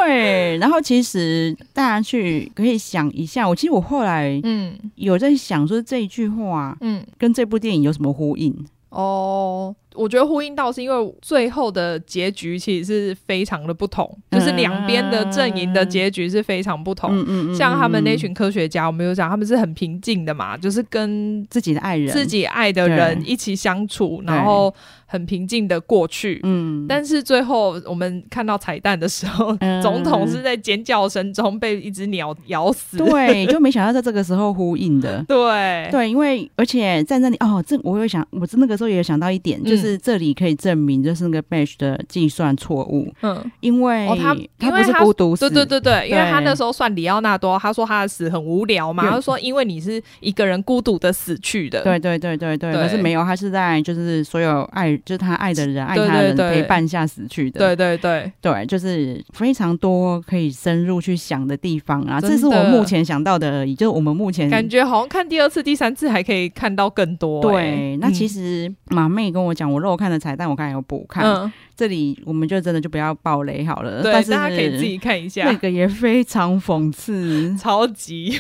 对，然后其实大家去可以想一下，我其实我后来
嗯
有在想说这一句话
嗯，
跟这部电影有什么呼应？
哦，我觉得呼应到是因为最后的结局其实是非常的不同，就是两边的阵营的结局是非常不同。
嗯嗯
像他们那
嗯
群科学家，我们有讲，他们是很平静的嘛，就是跟
自己的爱人，
自己爱的人一起相处，然后很平静的过去。
嗯，
但是最后我们看到彩蛋的时候，
嗯
总统是在尖叫声中被一只鸟咬死。。
对，就没想到在这个时候呼应的
[laughs] 对
对，因为而且在那里哦，这我有想，我那个时候也有想到一点，
嗯
就是这里可以证明就是那个 Bash 的计算错误，
嗯，
因为
哦他因为
不是
他
孤独死，
对对对对，因为
对
他那时候算里奥纳多，他说他的死很无聊嘛，
对
他说因为你是一个人孤独的死去的。
对对对对对，可是
对
没有，他是在就是所有爱，就是他爱的人、爱
对
他的人
对对
陪伴下死去的。
对对对，
对，就是非常多可以深入去想的地方啊，
真
这是我
的
目前想到的而已，就是我们目前
感觉好像看第二次、第三次还可以看到更多、欸嗯
对。那其
实
实马妹跟我讲，我漏看的彩蛋，我刚才有补看，
嗯，
这里我们就真的就不要爆雷好了。
对，
呃但是
大家可以自己看一
那
下。。
个也非常讽刺
[laughs] 超
[laughs]
级，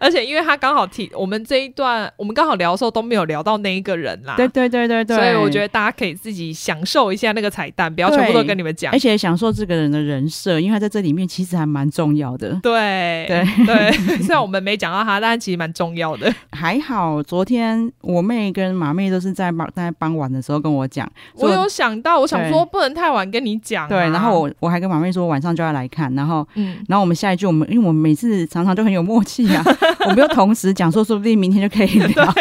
而且因为他刚好提我们这一段，我们刚好聊的时候都没有聊到那一个人啦，
对对对对对，
所以我觉得大家可以自己享受一下那个彩蛋，不要全部都跟你们讲
而。且享受这个人的人设，因为他在这里面其实还蛮重要的。
对
对
对， [laughs] 虽然我们没讲到他，但其实蛮重要的。
还好，昨天我妹跟马妹都是在傍在傍晚的时候跟我讲，所
我
以
有想到，我想
对
说不能太晚跟你讲啊、
对，然后我我还跟马妹说晚上就要来看，然后
嗯，
然后我们下一句我们因为我们每次常常就很有默契 [laughs] 啊，我们就同时讲说，说不定明天就可以聊。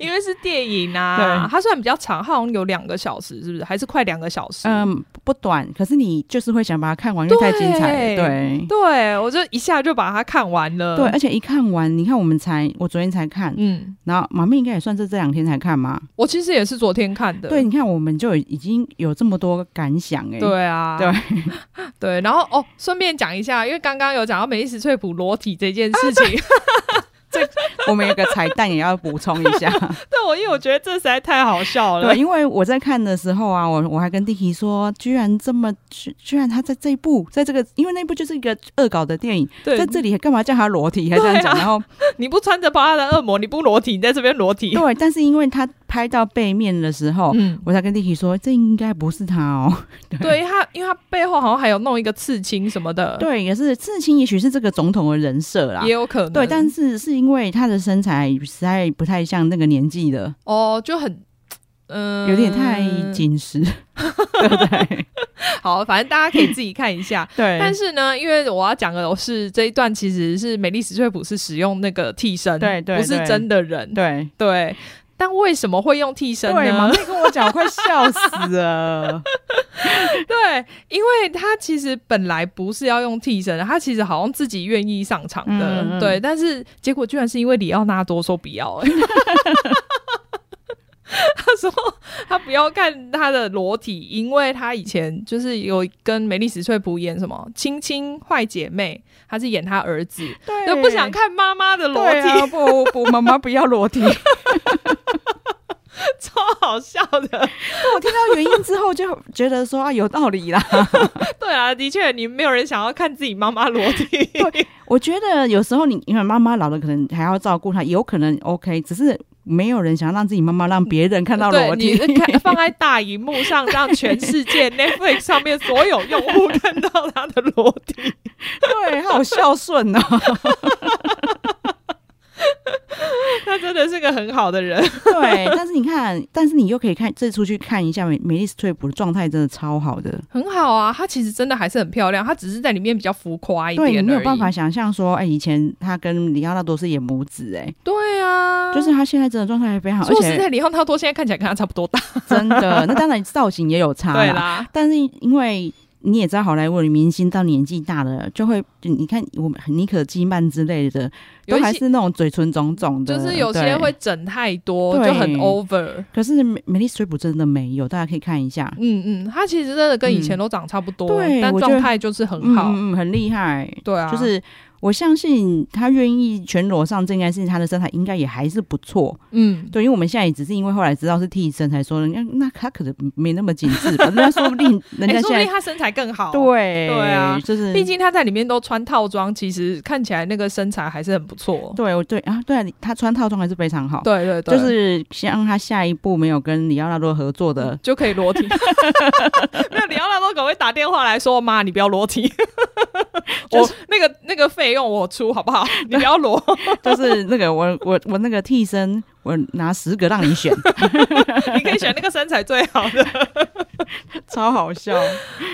因为是电影啊，
对
它虽然比较长，它好像有两个小时，是不是？还是快两个小时？
嗯，不短，可是你就是会想把它看完，因为太精彩了。对
对，我就一下就把它看完了。
对，而且一看完，你看我们才我昨天才看，
嗯，
然后马妹应该也算是这两天才看嘛。
我其实也是昨天看的。
对，你看我们就已经有这么多感想哎、
对啊，
对
[laughs] 对，
啊
然后哦，顺便讲一下，因为刚刚有讲到梅丽史翠普裸体这件事情，
我们有个彩蛋也要补充一 [laughs] 下。
[laughs] 对，我因为我觉得这实在太好笑了
对，。因为我在看的时候啊，我我还跟 Dicky 说，居然这么，居居然他在这一部，在这个，因为那部就是一个恶搞的电影，
对，
在这里还干嘛叫他裸体，还这样讲，
对啊 [laughs]
然后
你不穿着包他的恶魔，你不裸体，你在这边裸体。
对，但是因为他拍到背面的时候，
嗯，
我才跟 Dicky 说，这应该不是他哦。
对他，因为他背后好像还有弄一个刺青什么的，，
对，也是刺青，也许是这个总统的人设啦
呃也。有可能。
对，但是是因为他的身材实在不太像那个年纪的，
哦，就很，嗯，
有点太紧
[laughs]
实，对不对？
好，反正大家可以自己看一下。
[laughs] 对
[laughs] 但是呢，因为我要讲的是这一段其实是美丽史翠普是使用那个替身，
对对
不是
对
真的人，
对
对但为什么会用替身
对嘛，
呢？
那跟我讲，我快笑死了。
对，因为他其实本来不是要用替身的，他其实好像自己愿意上场的，
嗯嗯嗯
对，但是结果居然是因为里奥纳多说不要、欸 [laughs] 他说他不要看他的裸体，因为他以前就是有跟梅丽史翠普演什么《亲亲坏姐妹》，他是演他儿子，
对
就不想看妈妈的裸
对
体，
啊，不不，妈妈不要裸 [laughs] 体。我
[laughs] 超好笑的。
听到原因之后就觉得说啊，有道理啦。
对啊，的确，你没有人想要看自己妈妈裸 [laughs] 体。
我觉得有时候你因为妈妈老了，可能还要照顾她，有可能 OK，只是没有人想让自己妈妈让别人看到
对
裸体。 [laughs]
你呃看放在大荧幕上，让全世界 [laughs] Netflix 上面所有用 [laughs] 户看到他的裸体。
对，好孝顺哦。
他真的是个很好的人，
对， [laughs] 但是你看，但是你又可以看这出去看一下美美丽斯翠普的状态，真的超好的。
很好啊。他其实真的还是很漂亮，他只是在里面比较浮夸一
对你
点
没有
而已
办法。想象说，哎、以前她跟里奥纳多是演母子、哎、
对啊，
就是。她现在真的状态还非常好，而
说实
且
在，李浩纳多现在看起来跟他差不多大，
真的，那当然造型也有差
[laughs] 对啦，
但是因为你也知道，好莱坞的明星到年纪大了，就会就你看我们妮可基曼之类的，
有
都
一
还
些
是那种嘴唇肿肿的，
就是有些
[laughs] 对
会。整太多，
对
就很 over。
可是美美丽水普真的没有，大家可以看一下，
嗯嗯，他其实真的跟以前
嗯
都长差不多，
对
但
我觉得
状态就是很好。
嗯嗯嗯，很厉害。
对啊，
就是我相信他愿意全裸上这件事情，他的身材应该也还是不错。
嗯，
对，因为我们现在也只是因为后来知道是替身才说，那那他可能没那么紧致吧， [laughs] 那说不定人
哎
家
说不
现在。
定他身材更好。
对
对啊
就是
毕竟他在里面都穿套装，其实看起来那个身材还是很不错。
对，我对啊，对啊，你他穿套装还是非常好。
对对对，。
就是先让他下一步没有跟里奥纳多合作的 [laughs]
就可以 [laughs] 裸体。没有，里奥纳多可能会打电话来说：“妈，你不要裸 [laughs] 体，
就
我那个那个费用我出，好不 [laughs] 好？你不要裸。
就是那个我我我那个替身，我拿十个让你选，
你可以选那个身材最好 [laughs] 的。
[laughs] 超好笑。
啊”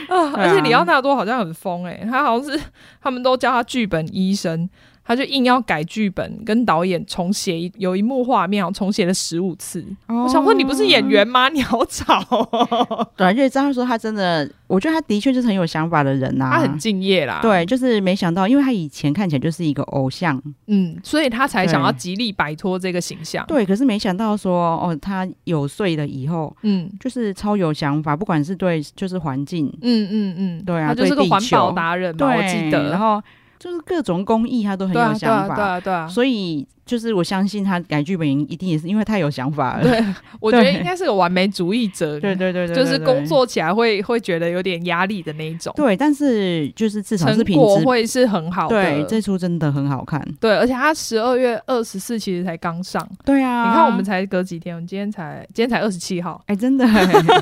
对啊
而且里奥纳多好像很疯哎、他好像是他们都叫他剧本医生。他就硬要改剧本，跟导演重写一有一幕画面，好像重写了十五次。
哦
我想问，你不是演员吗？你好吵、哦。
对啊，因为张翰说他真的，我觉得他的确就是很有想法的人呐、
他很敬业啦，，
对，就是没想到，因为他以前看起来就是一个偶像，
嗯，所以他才想要
对
极力摆脱这个形象，，
对，可是没想到说哦，他有岁了以后，
嗯
就是超有想法，不管是对就是环境，
嗯嗯嗯，
对啊
他就是个
对地
环保
球
达人
对，
嘛，我记得，
然后就是各种公益他都很
对啊
有
对
想
啊
法，
对啊对啊，
所以就是我相信他改剧本一定也是因为太有想法了。
对，我觉得
对
应该是个完美主义者，
[laughs] 对对对对，
就是
对
工。作起来会会觉得有点压力的那一种，
对对，但是就是至少
成
是品
果
质。
会是很好
对
的，，
这出真的很好看。
对，而且他十二月二十四其实才刚上，
对啊
你看我们 [laughs] 才隔几天，我们今天才今天才二十七号，
哎，真的
[laughs]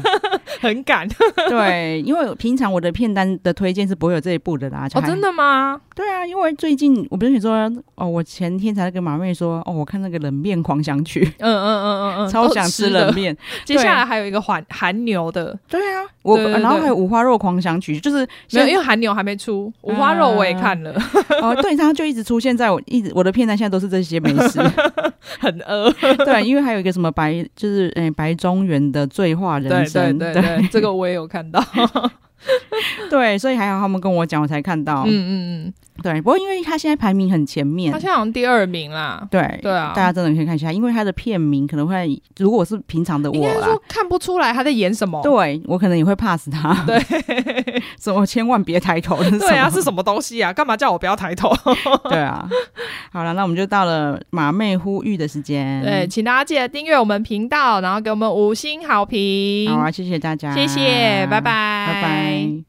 很赶
对，因为平常我的片单的推荐是不会有这一部的啦。
哦，真？的吗？
对啊，因为最近我不是跟你说哦，我前天才跟马妹说哦，我看那个冷面狂想
[laughs]
曲，
嗯嗯嗯嗯嗯，
超
都
想吃
的
冷。面。
接下来还有一个韩韩牛的，
对啊，我
对对对
然后还有五花肉狂想曲，就是
没有，
现
因为韩牛还没出，五花肉我也看了，
哦，对，它就一直出现在我一直我的片单现在都是这些美
[laughs]
食。
[laughs] 很饿。 [laughs]
对，因为还有一个什么哎白，就是诶、白中原的醉话人
对对
生， [laughs]
对对，这个我也有看到。
对，所以还好他们跟我讲，我才看到。
嗯嗯嗯，
对，不过因为他现在排名很前面
他，现在好像第二名啦。
对
对啊
大家真的可以看一下，因为他的片名可能会，如果是平常的
应
我
该
啦
说，看不出来他在演什
[laughs]
么。
对我可能也会 pass 他。对，所以我千万别抬头。对
对啊，是什么东西啊？干嘛叫我不要抬头？
[laughs] 对啊。好了，那我们就到了马妹呼吁的时间。
对，，请大家记得订阅我们频道，然后给我们五星好评。
啊好啊，谢谢大家，
谢谢，拜拜，
拜拜。